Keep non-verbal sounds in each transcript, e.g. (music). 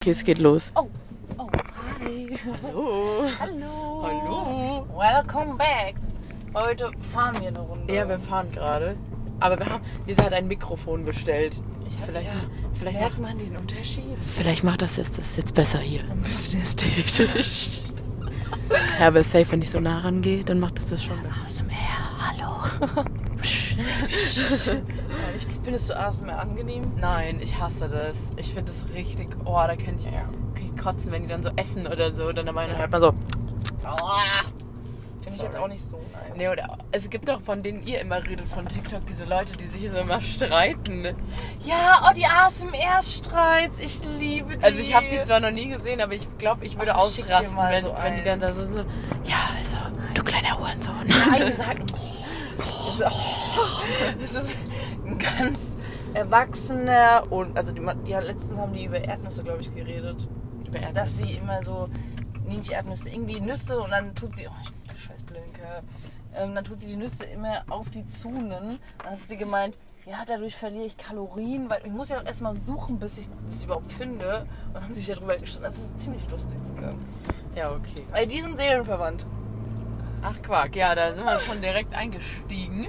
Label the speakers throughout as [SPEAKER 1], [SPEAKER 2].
[SPEAKER 1] Okay, es geht los.
[SPEAKER 2] Oh, oh, hi.
[SPEAKER 1] Hallo.
[SPEAKER 2] Hallo.
[SPEAKER 1] Hallo.
[SPEAKER 2] Welcome back. Heute fahren wir eine Runde.
[SPEAKER 1] Ja, wir fahren gerade. Aber wir haben, Lisa hat ein Mikrofon bestellt.
[SPEAKER 2] Ich hab-
[SPEAKER 1] vielleicht,
[SPEAKER 2] ja.
[SPEAKER 1] vielleicht,
[SPEAKER 2] Merkt
[SPEAKER 1] macht,
[SPEAKER 2] man den Unterschied?
[SPEAKER 1] vielleicht macht das jetzt, das jetzt besser hier.
[SPEAKER 2] Ein bisschen ästhetisch.
[SPEAKER 1] Ja, aber safe, wenn ich so nah rangehe, dann macht es das schon besser.
[SPEAKER 2] ASMR, hallo. (laughs) Ehrlich, Findest du ASMR angenehm?
[SPEAKER 1] Nein, ich hasse das. Ich finde das richtig. Oh, da kann ich, kann ich kotzen, wenn die dann so essen oder so. Dann dabei hört man so.
[SPEAKER 2] Finde ich
[SPEAKER 1] Sorry.
[SPEAKER 2] jetzt auch nicht so nice.
[SPEAKER 1] Nee, oder es gibt doch, von denen ihr immer redet, von TikTok, diese Leute, die sich hier so immer streiten.
[SPEAKER 2] Ja, oh, die ASMR-Streits. Ich liebe die.
[SPEAKER 1] Also ich habe die zwar noch nie gesehen, aber ich glaube, ich würde
[SPEAKER 2] Ach, schick dir
[SPEAKER 1] ausrasten,
[SPEAKER 2] mal
[SPEAKER 1] wenn,
[SPEAKER 2] so
[SPEAKER 1] wenn die dann
[SPEAKER 2] einen.
[SPEAKER 1] da so sind. So, ja, also, du kleiner Hurensohn.
[SPEAKER 2] Nein gesagt. oh, Das ist, oh, das ist ein ganz erwachsener und also die, die letztens haben die über Erdnüsse, glaube ich, geredet. Dass sie immer so, nee, nicht Erdnüsse, irgendwie Nüsse und dann tut sie, oh, ich bin scheiß Blinke, ähm, dann tut sie die Nüsse immer auf die Zunen. Dann hat sie gemeint, ja, dadurch verliere ich Kalorien, weil ich muss ja auch erstmal suchen, bis ich das überhaupt finde. Und dann haben sich darüber gestritten. Das ist ziemlich lustig. sogar.
[SPEAKER 1] Ja, okay.
[SPEAKER 2] Weil die sind seelenverwandt.
[SPEAKER 1] Ach Quark, ja, da sind wir schon direkt eingestiegen.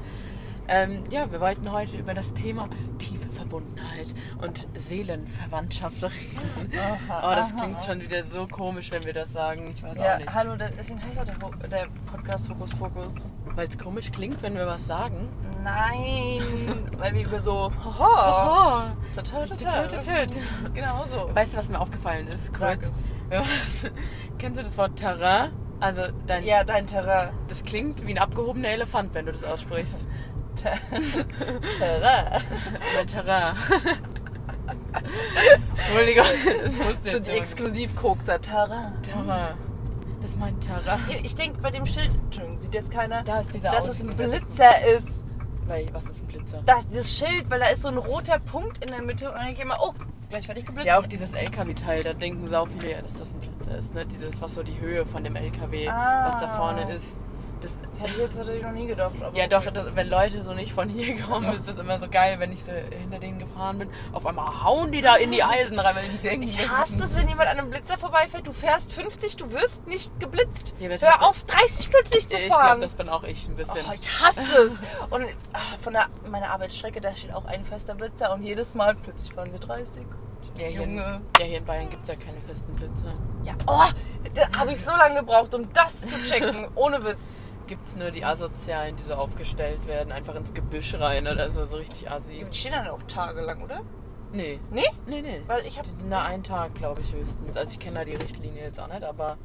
[SPEAKER 1] Ähm, ja, wir wollten heute über das Thema tiefe Verbundenheit und Seelenverwandtschaft reden.
[SPEAKER 2] Aha,
[SPEAKER 1] Oh, das
[SPEAKER 2] aha,
[SPEAKER 1] klingt schon wieder so komisch, wenn wir das sagen. Ich weiß auch
[SPEAKER 2] Ja,
[SPEAKER 1] nicht.
[SPEAKER 2] hallo, da- deswegen heißt auch der, Fo- der Podcast Fokus Fokus.
[SPEAKER 1] Weil es komisch klingt, wenn wir was sagen.
[SPEAKER 2] Nein, weil wir über so haha,
[SPEAKER 1] Oh.
[SPEAKER 2] total, total,
[SPEAKER 1] Töt, töt, töt.
[SPEAKER 2] Genau so.
[SPEAKER 1] Weißt du, was mir aufgefallen ist?
[SPEAKER 2] Sag
[SPEAKER 1] Kurz. (laughs) Kennst du das Wort Terrain? Also dein,
[SPEAKER 2] ja, dein Terrain.
[SPEAKER 1] das klingt wie ein abgehobener Elefant, wenn du das
[SPEAKER 2] (laughs)
[SPEAKER 1] aussprichst.
[SPEAKER 2] Ter Terrain.
[SPEAKER 1] Mein Terrain. Entschuldigung, das musste
[SPEAKER 2] (laughs) So
[SPEAKER 1] jetzt
[SPEAKER 2] die
[SPEAKER 1] irgendwie-
[SPEAKER 2] Exklusivkokser. Terrain.
[SPEAKER 1] Terrain. Das ist mein Terrain.
[SPEAKER 2] Ich denke, bei dem Schild, Entschuldigung, sieht jetzt keiner,
[SPEAKER 1] Da ist dieser
[SPEAKER 2] dass es ein
[SPEAKER 1] Außenblick.
[SPEAKER 2] Blitzer ist.
[SPEAKER 1] Weil, was ist ein Blitzer?
[SPEAKER 2] Das, das Schild, weil da ist so ein roter Punkt in der Mitte und dann denke ich immer, oh, gleich werde ich geblitzt.
[SPEAKER 1] Ja, auch dieses LKW-Teil, da denken sau viele, ja, dass das ein Blitzer ist. Ne? Dieses, was so die Höhe von dem LKW,
[SPEAKER 2] Ah.
[SPEAKER 1] was da vorne ist. Das,
[SPEAKER 2] Hätte ich jetzt natürlich noch nie gedacht. Aber
[SPEAKER 1] ja, doch, das, wenn Leute so nicht von hier (laughs) kommen, ist das immer so geil, wenn ich so hinter denen gefahren bin. Auf einmal hauen die da in die Eisen rein, weil die denken,
[SPEAKER 2] Ich
[SPEAKER 1] das ist
[SPEAKER 2] hasse
[SPEAKER 1] ein-
[SPEAKER 2] das, wenn jemand an einem Blitzer vorbeifährt. Du fährst 50, du wirst nicht geblitzt.
[SPEAKER 1] Ja, aber das hat-
[SPEAKER 2] Hör auf, 30 plötzlich zu
[SPEAKER 1] Ich glaube,
[SPEAKER 2] fahren.
[SPEAKER 1] das bin auch ich ein bisschen.
[SPEAKER 2] oh, ich hasse
[SPEAKER 1] (laughs)
[SPEAKER 2] es. Und ah, von der, meiner Arbeitsstrecke, da steht auch ein fester Blitzer und jedes Mal plötzlich fahren wir 30.
[SPEAKER 1] ja, hier in,
[SPEAKER 2] Junge.
[SPEAKER 1] ja, hier in Bayern gibt es ja keine festen Blitzer.
[SPEAKER 2] Ja, oh, da habe ich so lange gebraucht, um das zu
[SPEAKER 1] (laughs)
[SPEAKER 2] checken. Ohne Witz.
[SPEAKER 1] Gibt es nur die Asozialen, die so aufgestellt werden, einfach ins Gebüsch rein oder so, so richtig assi.
[SPEAKER 2] Die stehen dann auch tagelang, oder?
[SPEAKER 1] Nee.
[SPEAKER 2] Nee?
[SPEAKER 1] Nee, nee.
[SPEAKER 2] Weil ich habe.
[SPEAKER 1] Na, einen Tag, glaube ich, höchstens. Also ich kenne da die Richtlinie jetzt auch nicht, aber...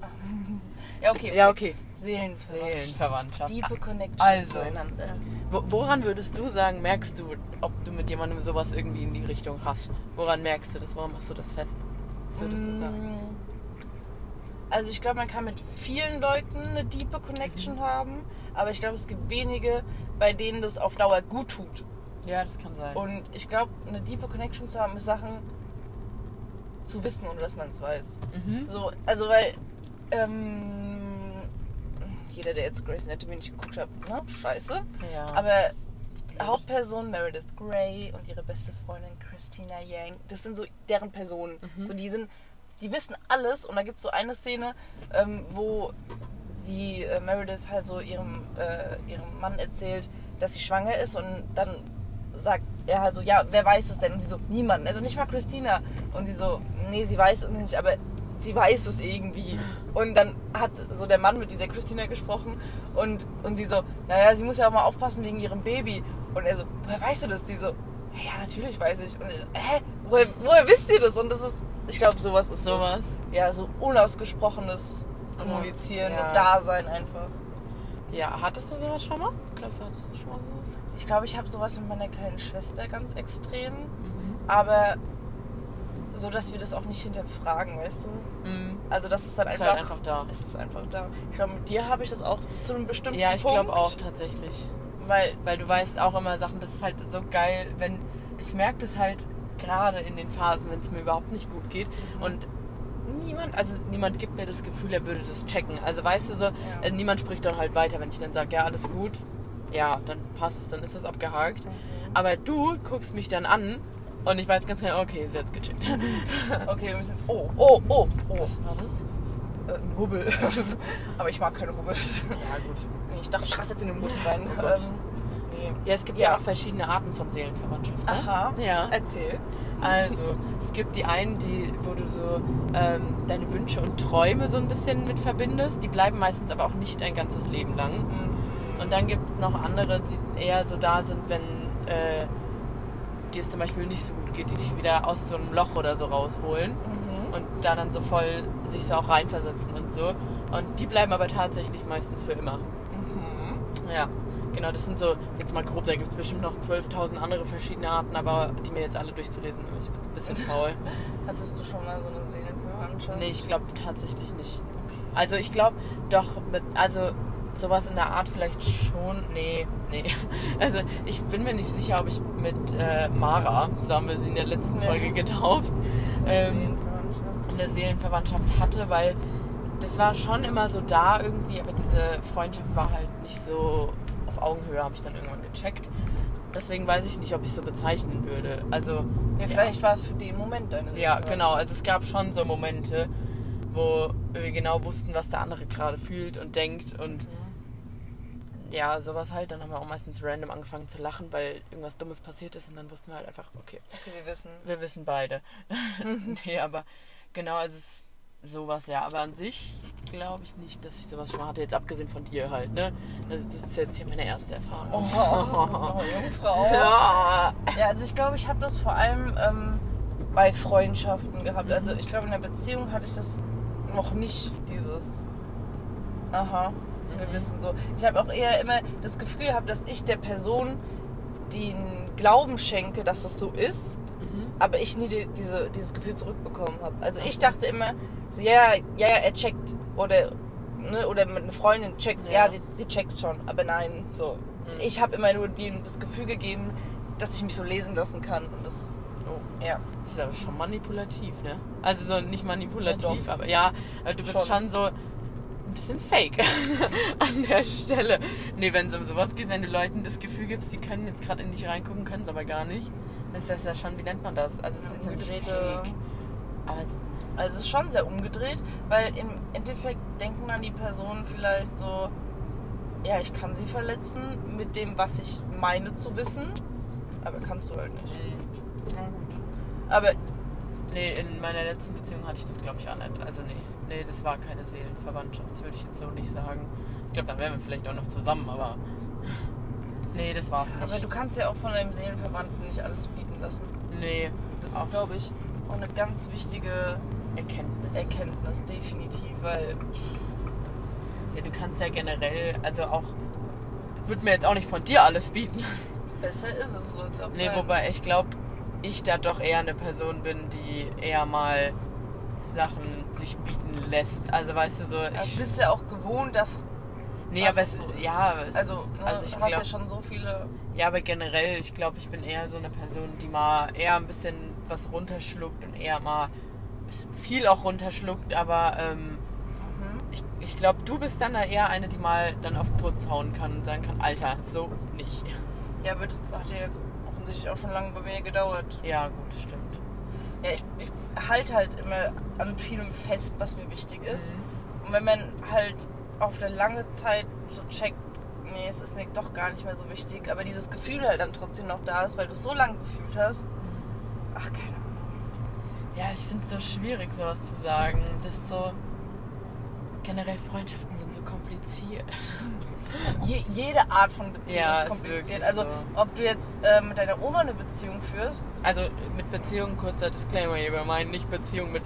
[SPEAKER 2] Ja, okay.
[SPEAKER 1] Ja, okay.
[SPEAKER 2] Seelen.
[SPEAKER 1] Seelenverwandtschaft.
[SPEAKER 2] Deepe Connection
[SPEAKER 1] Also.
[SPEAKER 2] zueinander.
[SPEAKER 1] Wo- Woran würdest du sagen, merkst du, ob du mit jemandem sowas irgendwie in die Richtung hast? Woran merkst du das? Woran machst du das fest? Was würdest du sagen?
[SPEAKER 2] Mm. Also ich glaube, man kann mit vielen Leuten eine diepe
[SPEAKER 1] Mhm.
[SPEAKER 2] Connection haben, aber ich glaube, es gibt wenige, bei denen das auf Dauer gut tut.
[SPEAKER 1] Ja, das kann sein.
[SPEAKER 2] Und ich glaube, eine diepe Connection zu haben, ist Sachen zu wissen, ohne dass man es weiß.
[SPEAKER 1] mhm.
[SPEAKER 2] So, also weil ähm, jeder, der jetzt Grey's Anatomy nicht geguckt hat, ne? Scheiße.
[SPEAKER 1] Ja.
[SPEAKER 2] Aber Hauptperson Meredith Grey und ihre beste Freundin Christina Yang, das sind so deren Personen. So, die sind, die wissen alles und da gibt es so eine Szene, ähm, wo die äh, Meredith halt so ihrem, äh, ihrem Mann erzählt, dass sie schwanger ist und dann sagt er halt so, ja, wer weiß es denn? Und sie so, niemand, also nicht mal Christina. Und sie so, nee, sie weiß es nicht, aber sie weiß es irgendwie. Und dann hat so der Mann mit dieser Christina gesprochen und, und sie so, naja, sie muss ja auch mal aufpassen wegen ihrem Baby. Und er so, woher weißt du das? Sie so, ja, natürlich weiß ich. Und er, so, hä? Woher, woher wisst ihr das? Und das ist, ich glaube, sowas ist das.
[SPEAKER 1] Sowas?
[SPEAKER 2] Ja, so unausgesprochenes Kommunizieren
[SPEAKER 1] Ja.
[SPEAKER 2] und Dasein einfach.
[SPEAKER 1] ja, hattest du sowas schon mal? Klaus, hattest du schon mal sowas?
[SPEAKER 2] Ich glaube, ich habe sowas mit meiner kleinen Schwester ganz extrem.
[SPEAKER 1] Mhm.
[SPEAKER 2] aber so, dass wir das auch nicht hinterfragen, weißt du?
[SPEAKER 1] Mhm. Mm.
[SPEAKER 2] Also, das ist dann
[SPEAKER 1] Ist
[SPEAKER 2] einfach,
[SPEAKER 1] halt einfach da.
[SPEAKER 2] Es ist einfach da. Ich glaube, mit dir habe ich das auch zu einem bestimmten
[SPEAKER 1] Ja, ich
[SPEAKER 2] Punkt.
[SPEAKER 1] glaube auch tatsächlich.
[SPEAKER 2] Weil,
[SPEAKER 1] weil du weißt auch immer Sachen, das ist halt so geil, wenn ich merke das halt gerade in den Phasen, wenn es mir überhaupt nicht gut geht und niemand, also niemand gibt mir das Gefühl, er würde das checken. Also weißt du so, äh, niemand spricht dann halt weiter, wenn ich dann sage, ja, alles gut, ja, dann passt es, dann ist das abgehakt. Aber du guckst mich dann an Und ich weiß ganz genau, okay, sie hat's gecheckt. (laughs)
[SPEAKER 2] Okay, wir müssen jetzt. Oh, oh, oh, oh.
[SPEAKER 1] Was war das?
[SPEAKER 2] Äh, ein Hubbel. (laughs) Aber ich mag keine Hubbels.
[SPEAKER 1] Ja, gut.
[SPEAKER 2] Nee, ich dachte, ich rasse jetzt in den Bus rein.
[SPEAKER 1] Oh Gott.
[SPEAKER 2] ähm, nee.
[SPEAKER 1] Ja, es gibt ja,
[SPEAKER 2] Ja. Ah.
[SPEAKER 1] auch verschiedene Arten von Seelenverwandtschaft. Ne?
[SPEAKER 2] Aha.
[SPEAKER 1] Ja.
[SPEAKER 2] Erzähl.
[SPEAKER 1] Also, es gibt die einen, die, wo du so ähm, deine Wünsche und Träume so ein bisschen mit verbindest. Die bleiben meistens aber auch nicht ein ganzes Leben lang. Und dann gibt es noch andere, die eher so da sind, wenn äh, dir es zum Beispiel nicht so gut geht, die dich wieder aus so einem Loch oder so rausholen
[SPEAKER 2] Mhm.
[SPEAKER 1] und da dann so voll sich so auch reinversetzen und so. Und die bleiben aber tatsächlich meistens für immer.
[SPEAKER 2] Mhm.
[SPEAKER 1] Ja, genau, das sind so, jetzt mal grob, da gibt es bestimmt noch 12.000 andere verschiedene Arten, aber die mir jetzt alle durchzulesen, ist ein bisschen faul.
[SPEAKER 2] Hattest du schon mal so eine Seelenverwandtschaft?
[SPEAKER 1] Nee, ich glaube tatsächlich nicht. Also ich glaube doch mit, also sowas in der Art vielleicht schon, nee, nee. (laughs) Also ich bin mir nicht sicher, ob ich mit äh, Mara, so haben wir sie in der letzten
[SPEAKER 2] Ja.
[SPEAKER 1] Folge getauft, ähm,
[SPEAKER 2] Seelenverwandtschaft.
[SPEAKER 1] eine Seelenverwandtschaft hatte, weil das war schon immer so da irgendwie, aber diese Freundschaft war halt nicht so auf Augenhöhe, habe ich dann irgendwann gecheckt. Deswegen weiß ich nicht, ob ich so bezeichnen würde. Also
[SPEAKER 2] Ja, vielleicht war es für den Moment deine
[SPEAKER 1] ja, genau. Also es gab schon so Momente, wo wir genau wussten, was der andere gerade fühlt und denkt und ja, sowas halt. Dann haben wir auch meistens random angefangen zu lachen, weil irgendwas Dummes passiert ist und dann wussten wir halt einfach, okay,
[SPEAKER 2] Okay, wir wissen.
[SPEAKER 1] wir wissen beide. (laughs) nee, aber genau, also es, sowas ja. Aber an sich glaube ich nicht, dass ich sowas schon mal hatte. Jetzt abgesehen von dir halt, ne? Also das ist jetzt hier meine erste Erfahrung. (laughs)
[SPEAKER 2] Oh, oh, Jungfrau.
[SPEAKER 1] Ja.
[SPEAKER 2] Ja, also ich glaube, ich habe das vor allem ähm, bei Freundschaften gehabt. Also
[SPEAKER 1] Mhm.
[SPEAKER 2] ich glaube, in der Beziehung hatte ich das noch nicht, dieses Aha, wir
[SPEAKER 1] Mhm.
[SPEAKER 2] wissen so. Ich habe auch eher immer das Gefühl gehabt, dass ich der Person den Glauben schenke, dass das so ist,
[SPEAKER 1] Mhm.
[SPEAKER 2] aber ich nie die, diese, dieses Gefühl zurückbekommen habe. Also ich dachte immer, so ja, ja, ja, er checkt oder... Ne, oder mit einer Freundin checkt, ja,
[SPEAKER 1] Ja.
[SPEAKER 2] sie, sie checkt schon, aber nein, so.
[SPEAKER 1] Mhm.
[SPEAKER 2] Ich habe immer nur denen das Gefühl gegeben, dass ich mich so lesen lassen kann und das
[SPEAKER 1] Oh.
[SPEAKER 2] ja.
[SPEAKER 1] Das ist aber schon manipulativ, ne? Also so nicht manipulativ,
[SPEAKER 2] Ja,
[SPEAKER 1] aber ja, also du bist
[SPEAKER 2] Schon.
[SPEAKER 1] schon, so ein bisschen fake (laughs) an der Stelle. Nee, wenn es um sowas geht, wenn du Leuten das Gefühl gibst, die können jetzt gerade in dich reingucken, können es aber gar nicht, dann ist das ja schon, wie nennt man das? Also es ist jetzt nicht
[SPEAKER 2] Umgedrehte-
[SPEAKER 1] fake. Aber es-
[SPEAKER 2] Also es ist schon sehr umgedreht, weil im Endeffekt denken dann die Personen vielleicht so, ja, ich kann sie verletzen mit dem, was ich meine zu wissen, aber kannst du halt nicht.
[SPEAKER 1] Mhm.
[SPEAKER 2] Aber
[SPEAKER 1] nee, in meiner letzten Beziehung hatte ich das glaube ich auch nicht. Also nee, nee, das war keine Seelenverwandtschaft, das würde ich jetzt so nicht sagen. Ich glaube, dann wären wir vielleicht auch noch zusammen, aber nee, das war's nicht.
[SPEAKER 2] aber du kannst ja auch von deinem Seelenverwandten nicht alles bieten lassen.
[SPEAKER 1] nee,
[SPEAKER 2] Das
[SPEAKER 1] Auch.
[SPEAKER 2] ist, glaube ich, auch eine ganz wichtige
[SPEAKER 1] Erkenntnis.
[SPEAKER 2] Erkenntnis, definitiv, weil
[SPEAKER 1] Ja, du kannst ja generell, also auch, würde mir jetzt auch nicht von dir alles bieten.
[SPEAKER 2] besser ist es, so soll es auch
[SPEAKER 1] Nee,
[SPEAKER 2] sein.
[SPEAKER 1] wobei ich glaube, ich da doch eher eine Person bin, die eher mal Sachen sich bieten lässt. Also weißt du so,
[SPEAKER 2] Also
[SPEAKER 1] ich.
[SPEAKER 2] du bist ja auch gewohnt, dass
[SPEAKER 1] nee,
[SPEAKER 2] dass
[SPEAKER 1] aber es,
[SPEAKER 2] so ist.
[SPEAKER 1] ja, aber es
[SPEAKER 2] also,
[SPEAKER 1] ist,
[SPEAKER 2] ne,
[SPEAKER 1] also
[SPEAKER 2] du
[SPEAKER 1] ich
[SPEAKER 2] hast ja
[SPEAKER 1] glaube,
[SPEAKER 2] schon so viele
[SPEAKER 1] ja, aber generell, ich glaube, ich bin eher so eine Person, die mal eher ein bisschen was runterschluckt und eher mal ein bisschen viel auch runterschluckt, aber ähm, ich, ich glaube, du bist dann da eher eine, die mal dann auf den Putz hauen kann und sagen kann, Alter, so nicht. (laughs)
[SPEAKER 2] Ja, aber das hat ja jetzt offensichtlich auch schon lange bei mir gedauert.
[SPEAKER 1] Ja, gut, das stimmt.
[SPEAKER 2] Ja, ich, ich halte halt immer an vielem fest, was mir wichtig ist.
[SPEAKER 1] Mhm.
[SPEAKER 2] Und wenn man halt auf eine lange Zeit so checkt, nee, es ist mir doch gar nicht mehr so wichtig, aber dieses Gefühl halt dann trotzdem noch da ist, weil du es so lange gefühlt hast. Ach, keine Ahnung.
[SPEAKER 1] Ja, ich finde es so schwierig, sowas zu sagen. Das ist so. Generell Freundschaften sind so kompliziert.
[SPEAKER 2] Je, jede Art von Beziehung
[SPEAKER 1] Ja,
[SPEAKER 2] ist
[SPEAKER 1] ist
[SPEAKER 2] kompliziert.
[SPEAKER 1] wirklich
[SPEAKER 2] also,
[SPEAKER 1] so.
[SPEAKER 2] ob du jetzt äh, mit deiner Oma eine Beziehung führst,
[SPEAKER 1] Also mit Beziehungen, kurzer Disclaimer hier, wir meinen nicht Beziehung mit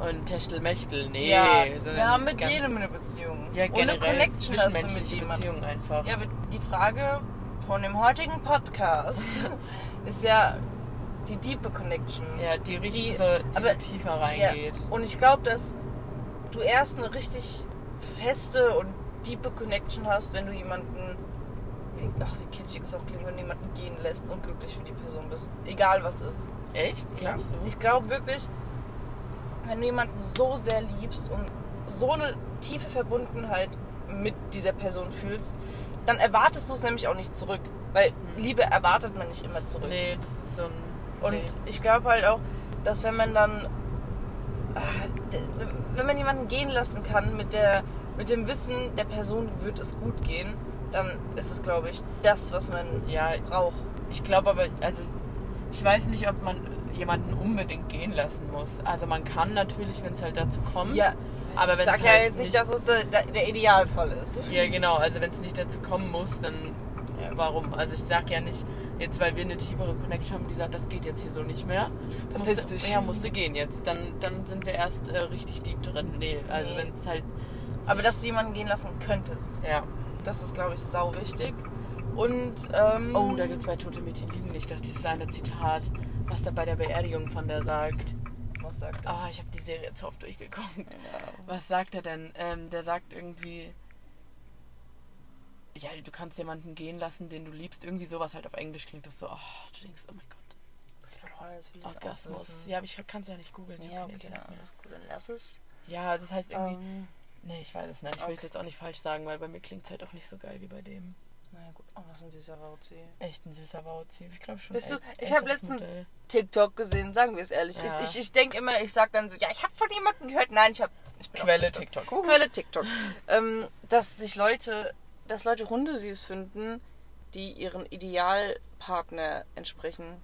[SPEAKER 1] und Techtelmechtel, nee.
[SPEAKER 2] ja,
[SPEAKER 1] sondern
[SPEAKER 2] wir haben mit
[SPEAKER 1] ganz-
[SPEAKER 2] jedem eine Beziehung.
[SPEAKER 1] ja,
[SPEAKER 2] Und eine
[SPEAKER 1] generell
[SPEAKER 2] Connection hast du mit
[SPEAKER 1] zwischenmenschliche
[SPEAKER 2] jemandem.
[SPEAKER 1] Beziehungen einfach.
[SPEAKER 2] Ja, aber die Frage von dem heutigen
[SPEAKER 1] (laughs)
[SPEAKER 2] Podcast ist ja die diepe Connection.
[SPEAKER 1] Ja, die richtig
[SPEAKER 2] Die-
[SPEAKER 1] so, die
[SPEAKER 2] aber-
[SPEAKER 1] so tiefer reingeht.
[SPEAKER 2] Und ich glaube, dass du erst eine richtig feste und diepe Connection hast, wenn du jemanden, ach wie kitschig es auch klingt, wenn du jemanden gehen lässt und glücklich für die Person bist. Egal was ist.
[SPEAKER 1] Echt? Glaubst du?
[SPEAKER 2] Ich glaube wirklich, wenn du jemanden so sehr liebst und so eine tiefe Verbundenheit mit dieser Person fühlst,
[SPEAKER 1] Mhm.
[SPEAKER 2] dann erwartest du es nämlich auch nicht zurück. Weil Liebe erwartet man nicht immer zurück.
[SPEAKER 1] nee, das ist so ein.
[SPEAKER 2] Und
[SPEAKER 1] Nee.
[SPEAKER 2] ich glaube halt auch, dass wenn man dann, ah, d- wenn man jemanden gehen lassen kann mit der, mit dem Wissen, der Person wird es gut gehen, dann ist es, glaube ich, das, was man
[SPEAKER 1] Ja,
[SPEAKER 2] braucht.
[SPEAKER 1] ich glaube aber, also ich weiß nicht, ob man jemanden unbedingt gehen lassen muss. Also man kann natürlich, wenn es halt dazu kommt.
[SPEAKER 2] Ja,
[SPEAKER 1] aber
[SPEAKER 2] ich
[SPEAKER 1] wenn's
[SPEAKER 2] sag ja
[SPEAKER 1] halt
[SPEAKER 2] jetzt nicht,
[SPEAKER 1] nicht-
[SPEAKER 2] dass es der, der- der Idealfall ist.
[SPEAKER 1] Ja, genau. Also wenn es nicht dazu kommen muss, dann
[SPEAKER 2] Ja.
[SPEAKER 1] warum? Also ich sag ja nicht, jetzt weil wir eine tiefere Connection haben, die sagt, das geht jetzt hier so nicht mehr.
[SPEAKER 2] Verpiss
[SPEAKER 1] musste,
[SPEAKER 2] dich.
[SPEAKER 1] Ja, musste gehen jetzt. Dann, dann sind wir erst äh, richtig deep drin. Nee, also
[SPEAKER 2] Nee.
[SPEAKER 1] wenn es halt,
[SPEAKER 2] Aber dass du jemanden gehen lassen könntest,
[SPEAKER 1] ja.
[SPEAKER 2] das ist, glaube ich, sau wichtig. Und, ähm,
[SPEAKER 1] Oh, da gibt's bei Tote Mädchen liegen nicht, das kleine Zitat, was da bei der Beerdigung von der sagt.
[SPEAKER 2] was sagt er?
[SPEAKER 1] Ah, ich habe die Serie zu oft durchgeguckt.
[SPEAKER 2] Ja.
[SPEAKER 1] Was sagt er denn? Ähm, der sagt irgendwie. Ja, du kannst jemanden gehen lassen, den du liebst. Irgendwie sowas halt auf Englisch klingt das so. Oh, du denkst, oh mein Gott,
[SPEAKER 2] Ich glaub, Holland Oh, will das auch
[SPEAKER 1] Orgasmus.
[SPEAKER 2] wissen.
[SPEAKER 1] Ja, aber ich kann es ja nicht googeln. ich hab
[SPEAKER 2] Ja,
[SPEAKER 1] kein
[SPEAKER 2] okay, dann
[SPEAKER 1] Internet mehr.
[SPEAKER 2] alles gut, dann lass es.
[SPEAKER 1] ja, das heißt irgendwie.
[SPEAKER 2] Ähm,
[SPEAKER 1] Nee, ich weiß es nicht. Ich will es
[SPEAKER 2] okay.
[SPEAKER 1] jetzt auch nicht falsch sagen, weil bei mir klingt es halt auch nicht so geil wie bei dem.
[SPEAKER 2] naja, gut. Oh, was ein süßer Rauzi.
[SPEAKER 1] Echt ein süßer Wauzi. Ich glaube schon.
[SPEAKER 2] Bist du-
[SPEAKER 1] äl-
[SPEAKER 2] ich hab
[SPEAKER 1] älteres
[SPEAKER 2] letztens-
[SPEAKER 1] Modell.
[SPEAKER 2] TikTok gesehen, sagen wir es ehrlich.
[SPEAKER 1] Ja.
[SPEAKER 2] Ich, ich, ich denke immer, ich sag dann so, ja, ich habe von jemandem gehört. Nein, ich habe. Ich bin auf
[SPEAKER 1] Quelle TikTok. Uh.
[SPEAKER 2] Quelle TikTok. ähm, dass sich Leute, dass Leute Hunde süß finden, die ihren Idealpartner entsprechen.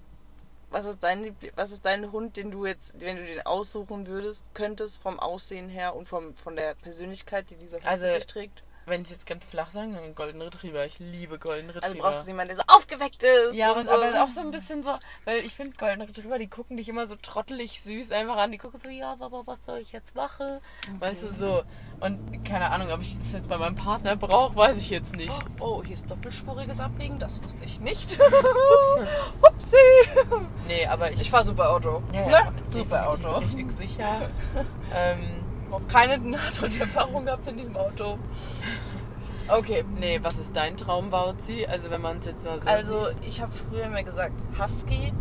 [SPEAKER 2] Was ist dein Liebl- was ist dein Hund, den du jetzt, wenn du den aussuchen würdest, könntest vom Aussehen her und vom, von der Persönlichkeit, die dieser Hund
[SPEAKER 1] Also,
[SPEAKER 2] mit sich trägt?
[SPEAKER 1] Wenn ich jetzt ganz flach sagen, dann Golden Retriever. Ich liebe Golden Retriever.
[SPEAKER 2] Also brauchst du jemanden, der so aufgeweckt ist.
[SPEAKER 1] Ja, und
[SPEAKER 2] und
[SPEAKER 1] aber auch so ein bisschen so, weil ich finde Golden Retriever, die gucken dich immer so trottelig süß einfach an. Die gucken so, ja, aber was soll ich jetzt machen? Weißt du, so. Und keine Ahnung, ob ich das jetzt bei meinem Partner brauche, weiß ich jetzt nicht.
[SPEAKER 2] Oh, hier ist doppelspuriges Abbiegen, das wusste ich nicht.
[SPEAKER 1] (laughs)
[SPEAKER 2] Upsi.
[SPEAKER 1] Nee, aber Oh. ich...
[SPEAKER 2] Ich fahr super Auto.
[SPEAKER 1] ja,
[SPEAKER 2] ne?
[SPEAKER 1] ja,
[SPEAKER 2] super
[SPEAKER 1] definitiv
[SPEAKER 2] Auto.
[SPEAKER 1] Richtig sicher. (laughs) ähm,
[SPEAKER 2] Ich habe keine Nahtoderfahrung gehabt in diesem Auto. Okay.
[SPEAKER 1] nee, was ist dein Traum, Wauzi? Also wenn man es jetzt mal so
[SPEAKER 2] Also,
[SPEAKER 1] sieht.
[SPEAKER 2] ich habe früher immer gesagt, Husky.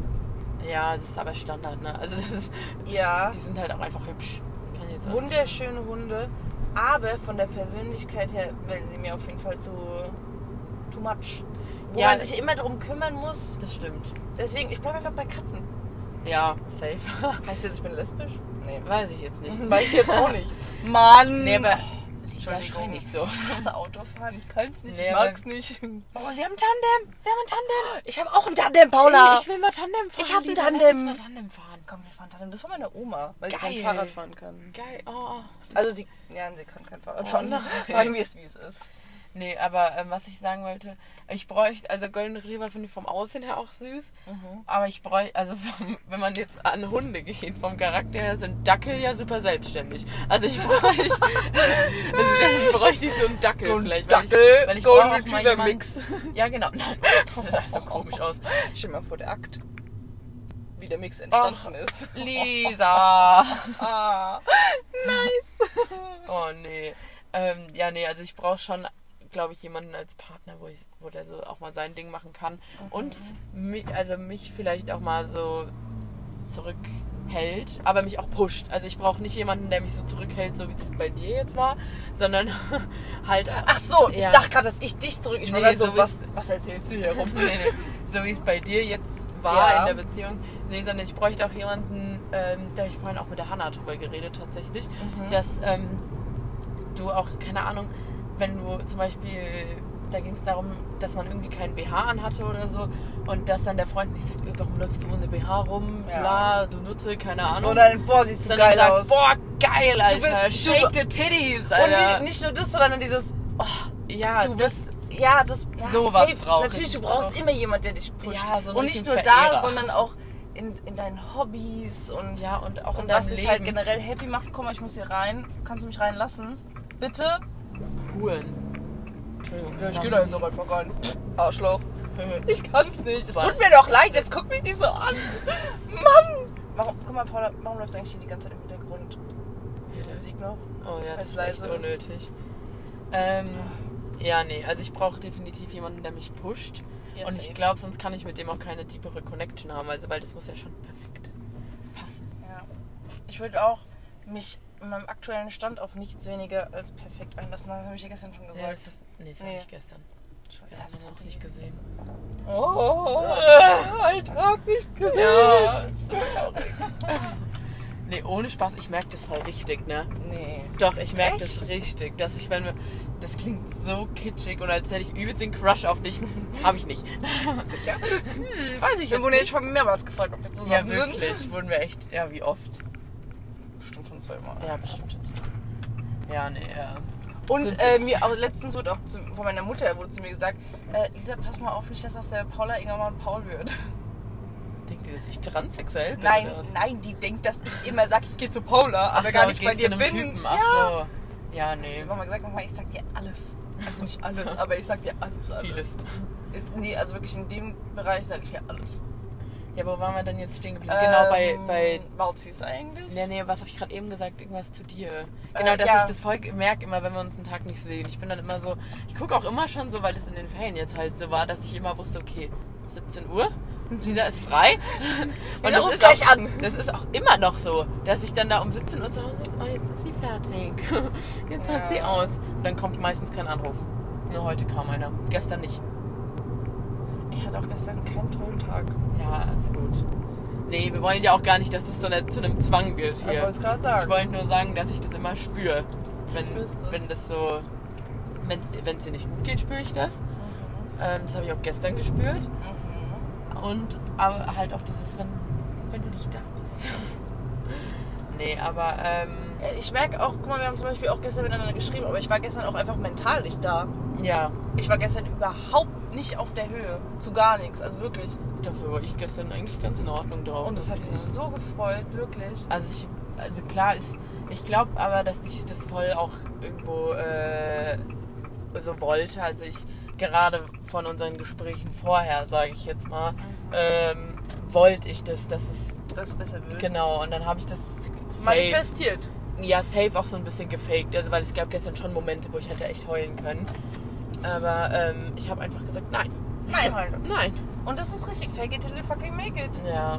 [SPEAKER 1] Ja, das ist aber Standard, ne? Also das ist...
[SPEAKER 2] Ja.
[SPEAKER 1] Die sind halt auch einfach hübsch. Kann ich jetzt auch nicht sagen.
[SPEAKER 2] Wunderschöne Hunde. Aber von der Persönlichkeit her werden sie mir auf jeden Fall zu too much. Wo
[SPEAKER 1] Ja.
[SPEAKER 2] man sich immer drum kümmern muss.
[SPEAKER 1] Das stimmt.
[SPEAKER 2] Deswegen, ich bleibe einfach bei Katzen.
[SPEAKER 1] Ja, safe. (laughs)
[SPEAKER 2] Heißt jetzt, ich bin lesbisch? Nee.
[SPEAKER 1] Weiß ich jetzt nicht. (laughs)
[SPEAKER 2] Weiß ich jetzt auch nicht. Mann!
[SPEAKER 1] Nee, aber.
[SPEAKER 2] Entschuldigung.
[SPEAKER 1] nicht so.
[SPEAKER 2] Ich hasse Autofahren, ich kann's nicht,
[SPEAKER 1] Nee,
[SPEAKER 2] ich
[SPEAKER 1] aber-
[SPEAKER 2] mag's nicht.
[SPEAKER 1] Oh, sie haben ein Tandem. Sie haben ein
[SPEAKER 2] (gasps)
[SPEAKER 1] Tandem.
[SPEAKER 2] Ich habe auch ein Tandem, Paula.
[SPEAKER 1] Ich will mal Tandem fahren.
[SPEAKER 2] Ich hab ein
[SPEAKER 1] Lieber.
[SPEAKER 2] Tandem.
[SPEAKER 1] Lass uns mal Tandem fahren.
[SPEAKER 2] Komm, wir fahren Tandem. Das war meine Oma, weil
[SPEAKER 1] Geil.
[SPEAKER 2] sie kein Fahrrad fahren kann.
[SPEAKER 1] Geil. Oh.
[SPEAKER 2] Also sie, ja, sie kann kein Fahrrad
[SPEAKER 1] Oh
[SPEAKER 2] fahren.
[SPEAKER 1] nein.
[SPEAKER 2] Sagen wir es, wie es ist.
[SPEAKER 1] Nee, aber ähm, was ich sagen wollte, ich bräuchte, also Golden Retriever finde ich vom Aussehen her auch süß,
[SPEAKER 2] Mhm.
[SPEAKER 1] aber ich bräuchte, also vom, wenn man jetzt an Hunde geht, vom Charakter her sind Dackel ja super selbstständig. Also ich bräuchte, (laughs) also dann bräuchte ich so einen Dackel
[SPEAKER 2] So ein
[SPEAKER 1] vielleicht.
[SPEAKER 2] Dackel,
[SPEAKER 1] weil ich, weil ich
[SPEAKER 2] Golden
[SPEAKER 1] brauche auch mal
[SPEAKER 2] Retriever
[SPEAKER 1] jemanden-
[SPEAKER 2] Mix. (laughs)
[SPEAKER 1] Ja, genau. (laughs) Nein, das sah so komisch aus.
[SPEAKER 2] Stell dir mal vor, der Akt, wie der Mix entstanden ist.
[SPEAKER 1] Lisa.
[SPEAKER 2] Ah, nice.
[SPEAKER 1] Oh nee. Ähm, ja, nee, also ich brauche schon, glaube ich, jemanden als Partner, wo, ich, wo der so auch mal sein Ding machen kann. Und mi- also mich vielleicht auch mal so zurückhält, aber mich auch pusht. Also ich brauche nicht jemanden, der mich so zurückhält, so wie es bei dir jetzt war, sondern (laughs) halt.
[SPEAKER 2] Ach so, ich
[SPEAKER 1] Ja.
[SPEAKER 2] dachte gerade, dass ich dich zurück... Ich war
[SPEAKER 1] Nee,
[SPEAKER 2] grad
[SPEAKER 1] so
[SPEAKER 2] so,
[SPEAKER 1] wie-
[SPEAKER 2] was, was erzählst du hier rum?
[SPEAKER 1] Oh, Nee, nee. So wie es bei dir jetzt war
[SPEAKER 2] Ja.
[SPEAKER 1] in der Beziehung. Nee, sondern ich bräuchte auch jemanden, ähm, da hab ich vorhin auch mit der Hanna drüber geredet tatsächlich,
[SPEAKER 2] Mhm.
[SPEAKER 1] dass ähm, du auch, keine Ahnung, wenn du zum Beispiel, da ging es darum, dass man irgendwie keinen BH anhatte oder so und dass dann der Freund nicht sagt, "Äh, warum läufst du ohne BH rum,
[SPEAKER 2] Ja.
[SPEAKER 1] bla, du Nutte, keine Ahnung.
[SPEAKER 2] Oder boah, siehst du
[SPEAKER 1] sondern
[SPEAKER 2] geil
[SPEAKER 1] sagt,
[SPEAKER 2] aus.
[SPEAKER 1] boah, geil, Alter,
[SPEAKER 2] bist- du-
[SPEAKER 1] shake the titties,
[SPEAKER 2] Und
[SPEAKER 1] Alter.
[SPEAKER 2] nicht, nicht nur das, sondern dieses... Oh,
[SPEAKER 1] ja,
[SPEAKER 2] du bist ja das ja,
[SPEAKER 1] Sowas
[SPEAKER 2] safe.
[SPEAKER 1] brauch ich.
[SPEAKER 2] natürlich du brauchst immer jemand der dich pusht
[SPEAKER 1] Ja, so einen
[SPEAKER 2] und nicht nur
[SPEAKER 1] richtigen
[SPEAKER 2] da
[SPEAKER 1] Verehrer.
[SPEAKER 2] sondern auch in, in deinen Hobbys und
[SPEAKER 1] ja, und auch
[SPEAKER 2] und
[SPEAKER 1] in
[SPEAKER 2] was
[SPEAKER 1] deinem
[SPEAKER 2] dich halt
[SPEAKER 1] Leben.
[SPEAKER 2] generell happy macht komm mal, ich muss hier rein kannst du mich reinlassen bitte genau-
[SPEAKER 1] Huren. Entschuldigung.
[SPEAKER 2] auch einfach rein Arschloch ich kann's nicht es
[SPEAKER 1] Was?
[SPEAKER 2] tut mir doch leid jetzt guck mich nicht so an (laughs) Mann warum guck mal Paula warum läuft eigentlich hier die ganze Zeit im Hintergrund die Musik noch
[SPEAKER 1] Oh ja,
[SPEAKER 2] Weil's
[SPEAKER 1] das ist echt
[SPEAKER 2] leise ist.
[SPEAKER 1] unnötig. Ähm, ja, nee, also ich brauche definitiv jemanden, der mich pusht.
[SPEAKER 2] Ja,
[SPEAKER 1] und
[SPEAKER 2] safe.
[SPEAKER 1] ich glaube, sonst kann ich mit dem auch keine tiefere Connection haben, also weil das muss ja schon perfekt passen.
[SPEAKER 2] Ja. Ich würde auch mich in meinem aktuellen Stand auf nichts weniger als perfekt einlassen. Das habe ich ja gestern schon gesagt.
[SPEAKER 1] das ist, nee, das war
[SPEAKER 2] Nee.
[SPEAKER 1] nicht gestern.
[SPEAKER 2] schon
[SPEAKER 1] Wir haben
[SPEAKER 2] wieder
[SPEAKER 1] uns
[SPEAKER 2] so
[SPEAKER 1] noch
[SPEAKER 2] die-
[SPEAKER 1] nicht gesehen.
[SPEAKER 2] Oh,
[SPEAKER 1] ich hab nicht gesehen.
[SPEAKER 2] Ja, ist so traurig.
[SPEAKER 1] Nee, ohne Spaß, ich merke das voll richtig, ne?
[SPEAKER 2] Nee.
[SPEAKER 1] Doch, ich merke das
[SPEAKER 2] Echt?
[SPEAKER 1] richtig, dass ich, wenn wir. Das klingt so kitschig und als hätte ich übelst den Crush auf dich. (laughs) Habe ich nicht.
[SPEAKER 2] Sicher?
[SPEAKER 1] Hm, weiß ich
[SPEAKER 2] Wir wurden jetzt schon mehrmals gefragt, ob wir
[SPEAKER 1] Ja,
[SPEAKER 2] zusammen
[SPEAKER 1] wirklich.
[SPEAKER 2] sind.
[SPEAKER 1] Wurden wir echt. Ja, wie oft?
[SPEAKER 2] Bestimmt schon zweimal.
[SPEAKER 1] Ja, bestimmt schon zweimal. Ja, nee, ja.
[SPEAKER 2] Und
[SPEAKER 1] Sind
[SPEAKER 2] äh,
[SPEAKER 1] wir.
[SPEAKER 2] mir auch, letztens wurde auch zu, von meiner Mutter wurde zu mir gesagt, äh, Lisa, pass mal auf, nicht, dass aus der Paula irgendwann mal ein Paul
[SPEAKER 1] (laughs)
[SPEAKER 2] wird.
[SPEAKER 1] Denkt ihr, dass ich transsexuell bin?
[SPEAKER 2] Nein,
[SPEAKER 1] oder was?
[SPEAKER 2] nein, die denkt, dass ich immer sage, ich gehe zu Paula,
[SPEAKER 1] Ach
[SPEAKER 2] aber
[SPEAKER 1] so,
[SPEAKER 2] gar nicht bei
[SPEAKER 1] gehst
[SPEAKER 2] dir
[SPEAKER 1] du
[SPEAKER 2] bin.
[SPEAKER 1] einem Typen. Ach
[SPEAKER 2] ja.
[SPEAKER 1] so. Ja,
[SPEAKER 2] Ich
[SPEAKER 1] nee.
[SPEAKER 2] habe mal gesagt, Mama, ich sag dir alles. Also
[SPEAKER 1] (laughs)
[SPEAKER 2] nicht alles, aber ich sag dir alles. alles.
[SPEAKER 1] Vieles.
[SPEAKER 2] Ist, nee, also wirklich in dem Bereich sage ich dir alles.
[SPEAKER 1] Ja, wo waren wir denn jetzt stehen geblieben? Genau, bei,
[SPEAKER 2] Ähm,
[SPEAKER 1] bei
[SPEAKER 2] Malzis eigentlich.
[SPEAKER 1] Nee, nee, was habe ich gerade eben gesagt? Irgendwas zu dir. Genau, dass
[SPEAKER 2] ja.
[SPEAKER 1] ich das Volk merke, immer wenn wir uns einen Tag nicht sehen. Ich bin dann immer so, ich gucke auch immer schon so, weil es in den Ferien jetzt halt so war, dass ich immer wusste, okay, 17 Uhr, Lisa ist frei. (laughs)
[SPEAKER 2] Lisa
[SPEAKER 1] das
[SPEAKER 2] ruft
[SPEAKER 1] ist auch-
[SPEAKER 2] gleich an.
[SPEAKER 1] Das ist auch immer noch so, dass ich dann da um 17 Uhr zu Hause sitze, oh, jetzt ist sie fertig. (laughs) Jetzt hat sie
[SPEAKER 2] Ja.
[SPEAKER 1] aus. Und dann kommt meistens kein Anruf. Nur heute kam einer. Gestern nicht.
[SPEAKER 2] Ich hatte auch gestern keinen tollen Tag.
[SPEAKER 1] Ja, ist gut. Nee, wir wollen ja auch gar nicht, dass das so eine, zu einem Zwang wird
[SPEAKER 2] Ich
[SPEAKER 1] hier.
[SPEAKER 2] wollte es gerade
[SPEAKER 1] Ich
[SPEAKER 2] sagen.
[SPEAKER 1] wollte nur sagen, dass ich das immer spüre. Wenn,
[SPEAKER 2] Spürst du's?
[SPEAKER 1] wenn das so. Wenn es dir nicht gut geht, spüre ich das. Ähm, das habe ich auch gestern gespürt.
[SPEAKER 2] Mhm.
[SPEAKER 1] Und aber halt auch dieses, wenn, wenn du nicht da bist. (laughs) nee, aber. Ähm,
[SPEAKER 2] Äh, Ich merke auch, guck mal, wir haben zum Beispiel auch gestern miteinander geschrieben, aber ich war gestern auch einfach mental nicht da.
[SPEAKER 1] ja,
[SPEAKER 2] Ich war gestern überhaupt nicht auf der Höhe. Zu gar nichts. Also wirklich.
[SPEAKER 1] dafür war ich gestern eigentlich ganz in Ordnung drauf.
[SPEAKER 2] Und das hat
[SPEAKER 1] muss ich
[SPEAKER 2] mich
[SPEAKER 1] sagen.
[SPEAKER 2] so gefreut, wirklich.
[SPEAKER 1] Also, ich, also klar ist. Ich glaube aber, dass ich das voll auch irgendwo äh, so wollte. Also ich gerade von unseren Gesprächen vorher, sage ich jetzt mal, ähm, wollte ich das, dass es
[SPEAKER 2] Das ist besser wird.
[SPEAKER 1] genau. Und dann habe ich das safe,
[SPEAKER 2] Manifestiert.
[SPEAKER 1] ja safe auch so ein bisschen gefaked. Also weil es gab gestern schon Momente, wo ich hätte echt heulen können. Aber ähm, ich habe einfach gesagt, nein,
[SPEAKER 2] Nein, Mann.
[SPEAKER 1] nein.
[SPEAKER 2] Und das ist richtig. Fake it till you fucking make it.
[SPEAKER 1] Ja,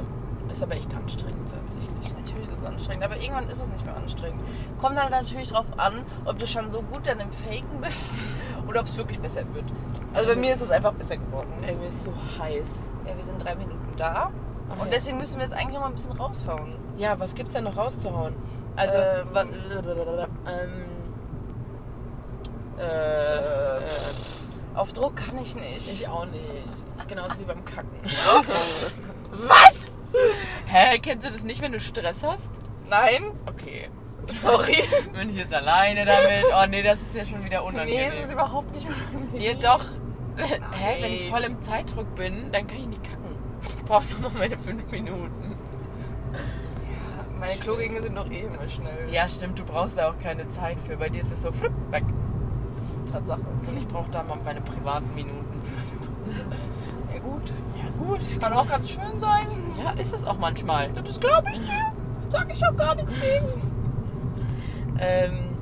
[SPEAKER 1] ist aber echt anstrengend tatsächlich.
[SPEAKER 2] Natürlich ist es anstrengend, aber irgendwann ist es nicht mehr anstrengend. Kommt dann natürlich drauf an, ob du schon so gut dann im Faken bist (laughs) oder ob es wirklich besser wird. Also bei mir ist es einfach besser geworden.
[SPEAKER 1] Ey, mir ist so heiß.
[SPEAKER 2] Ja, wir sind drei Minuten da
[SPEAKER 1] Ach
[SPEAKER 2] und
[SPEAKER 1] ja.
[SPEAKER 2] deswegen müssen wir jetzt eigentlich noch mal ein bisschen raushauen.
[SPEAKER 1] Ja, was gibt's denn noch rauszuhauen? Also,
[SPEAKER 2] Ähm,
[SPEAKER 1] wa- ähm, äh, äh,
[SPEAKER 2] Auf Druck kann ich nicht.
[SPEAKER 1] ich auch nicht. Das ist genauso wie beim Kacken.
[SPEAKER 2] (laughs) Was?
[SPEAKER 1] Hä, kennst du das nicht, wenn du Stress hast?
[SPEAKER 2] Nein?
[SPEAKER 1] Okay.
[SPEAKER 2] Sorry.
[SPEAKER 1] Bin ich jetzt alleine damit? Oh nee, das ist ja schon wieder
[SPEAKER 2] nee, es ist
[SPEAKER 1] unangenehm.
[SPEAKER 2] überhaupt nicht unangenehm.
[SPEAKER 1] Nee, ja, doch. Hä, wenn ich voll im Zeitdruck bin, dann kann ich nicht kacken. Ich brauche doch noch meine fünf Minuten.
[SPEAKER 2] Meine Klogänge sind doch eh immer schnell.
[SPEAKER 1] Ja, stimmt, du brauchst da auch keine Zeit für. Bei dir ist es so flipp, weg.
[SPEAKER 2] Tatsache.
[SPEAKER 1] Und ich brauche da mal meine privaten Minuten.
[SPEAKER 2] Ja, gut.
[SPEAKER 1] Ja, gut.
[SPEAKER 2] Kann auch ganz schön sein.
[SPEAKER 1] Ja, ist es auch manchmal.
[SPEAKER 2] Das glaube ich dir. Sag ich auch gar nichts gegen.
[SPEAKER 1] Ähm,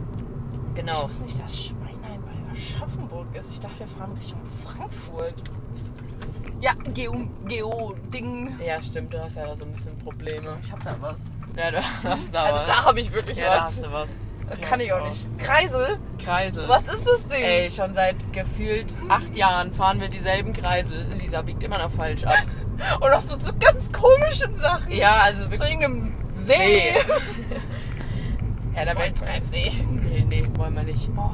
[SPEAKER 2] Ich
[SPEAKER 1] genau.
[SPEAKER 2] wusste nicht, dass Schweinheim bei Aschaffenburg ist. Ich dachte, wir fahren Richtung Frankfurt. Ja, Geo, Geo, um, Ding.
[SPEAKER 1] Ja, stimmt, du hast ja da so ein bisschen Probleme.
[SPEAKER 2] Ich hab da was.
[SPEAKER 1] Ja, du hast da
[SPEAKER 2] Also
[SPEAKER 1] was.
[SPEAKER 2] da habe ich wirklich
[SPEAKER 1] ja, da
[SPEAKER 2] was.
[SPEAKER 1] hast du was.
[SPEAKER 2] Das
[SPEAKER 1] Ja, genau.
[SPEAKER 2] kann ich auch nicht. Kreisel?
[SPEAKER 1] Kreisel.
[SPEAKER 2] Was ist das Ding?
[SPEAKER 1] Ey, schon seit gefühlt acht Jahren fahren wir dieselben Kreisel. Lisa biegt immer noch falsch ab.
[SPEAKER 2] Und auch so zu ganz komischen Sachen.
[SPEAKER 1] ja, also
[SPEAKER 2] Zu
[SPEAKER 1] wirklich.
[SPEAKER 2] irgendeinem
[SPEAKER 1] Nee.
[SPEAKER 2] See.
[SPEAKER 1] ja, da
[SPEAKER 2] Moment,
[SPEAKER 1] wollen
[SPEAKER 2] beim See.
[SPEAKER 1] Nee, nee, wollen wir nicht.
[SPEAKER 2] Oh,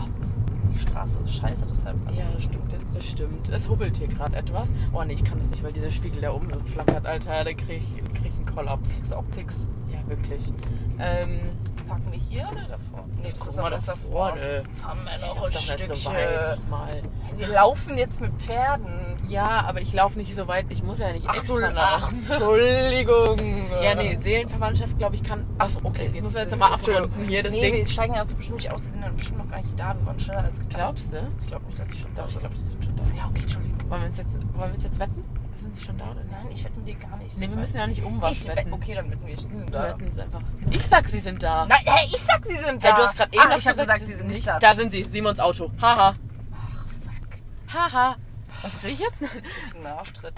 [SPEAKER 2] die Straße ist scheiße, deshalb.
[SPEAKER 1] Ja, das stimmt jetzt. Das stimmt. Es hubbelt hier gerade etwas. Oh nee, ich kann das nicht, weil dieser Spiegel da oben so flackert, Alter. Da krieg ich, krieg ich einen Kollaps.
[SPEAKER 2] Kriegst du auch Ticks.
[SPEAKER 1] Ja, wirklich. Ähm,
[SPEAKER 2] Parken wir hier oder davor? Nee,
[SPEAKER 1] jetzt gucken
[SPEAKER 2] das ist
[SPEAKER 1] wir
[SPEAKER 2] aber
[SPEAKER 1] das
[SPEAKER 2] davor.
[SPEAKER 1] vorne.
[SPEAKER 2] Fahren wir
[SPEAKER 1] Ich
[SPEAKER 2] noch
[SPEAKER 1] lauf
[SPEAKER 2] ein
[SPEAKER 1] doch nicht
[SPEAKER 2] Stückchen.
[SPEAKER 1] so weit. Mal.
[SPEAKER 2] wir laufen jetzt mit Pferden.
[SPEAKER 1] Ja, aber ich laufe nicht so weit. Ich muss ja nicht
[SPEAKER 2] Ach du,
[SPEAKER 1] extra
[SPEAKER 2] ach,
[SPEAKER 1] laufen.
[SPEAKER 2] Entschuldigung.
[SPEAKER 1] Ja, nee, Seelenverwandtschaft, glaube ich, kann. Achso, okay, jetzt müssen wir jetzt mal abrunden hier das
[SPEAKER 2] nee,
[SPEAKER 1] Ding.
[SPEAKER 2] wir steigen also bestimmt nicht aus. Die sind dann bestimmt noch gar nicht da. Wir waren schneller als geplant.
[SPEAKER 1] Glaubst du?
[SPEAKER 2] Ich glaube nicht, dass sie schon da
[SPEAKER 1] Doch, ich
[SPEAKER 2] sind.
[SPEAKER 1] glaube, sie sind schon da.
[SPEAKER 2] Ja, okay, Entschuldigung.
[SPEAKER 1] Wollen wir uns jetzt, wollen wir uns jetzt wetten? Sind sie schon da oder nicht?
[SPEAKER 2] Nein, ich wette mit dir gar nicht.
[SPEAKER 1] Nee,
[SPEAKER 2] Das
[SPEAKER 1] wir müssen ja nicht um
[SPEAKER 2] war-
[SPEAKER 1] was
[SPEAKER 2] ich
[SPEAKER 1] wetten.
[SPEAKER 2] wette. Okay, dann wetten wir. Die sind
[SPEAKER 1] Wir
[SPEAKER 2] da.
[SPEAKER 1] wetten es einfach. Ich sag, sie sind da.
[SPEAKER 2] Nein, hey, ich sag, sie sind da.
[SPEAKER 1] Hey, du hast gerade eben
[SPEAKER 2] ah,
[SPEAKER 1] noch
[SPEAKER 2] ich hab gesagt, sie sind nicht da.
[SPEAKER 1] Da sind sie, Simons Auto. Haha.
[SPEAKER 2] Ach, fuck.
[SPEAKER 1] Haha. Was krieg ich jetzt? (laughs)
[SPEAKER 2] Das ist ein Arschtritt.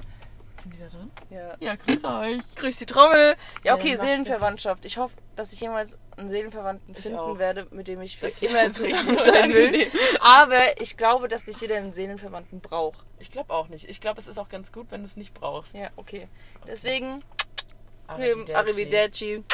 [SPEAKER 1] Das sind wieder drin?
[SPEAKER 2] Ja.
[SPEAKER 1] Ja, grüß euch. Äh,
[SPEAKER 2] Grüß die Trommel. Ja, okay,
[SPEAKER 1] Ja, mach
[SPEAKER 2] Seelenverwandtschaft. Ich hoffe, dass ich jemals einen Seelenverwandten
[SPEAKER 1] auch.
[SPEAKER 2] finden werde, mit dem ich für
[SPEAKER 1] Das (laughs)
[SPEAKER 2] immer
[SPEAKER 1] ist
[SPEAKER 2] zusammen
[SPEAKER 1] richtig
[SPEAKER 2] sein will.
[SPEAKER 1] unangenehm.
[SPEAKER 2] Aber ich glaube, dass nicht jeder einen Seelenverwandten braucht.
[SPEAKER 1] Ich glaube auch nicht. Ich glaube, es ist auch ganz gut, wenn du es nicht brauchst.
[SPEAKER 2] Ja, okay. Deswegen,
[SPEAKER 1] Arrivederci.
[SPEAKER 2] Arrivederci.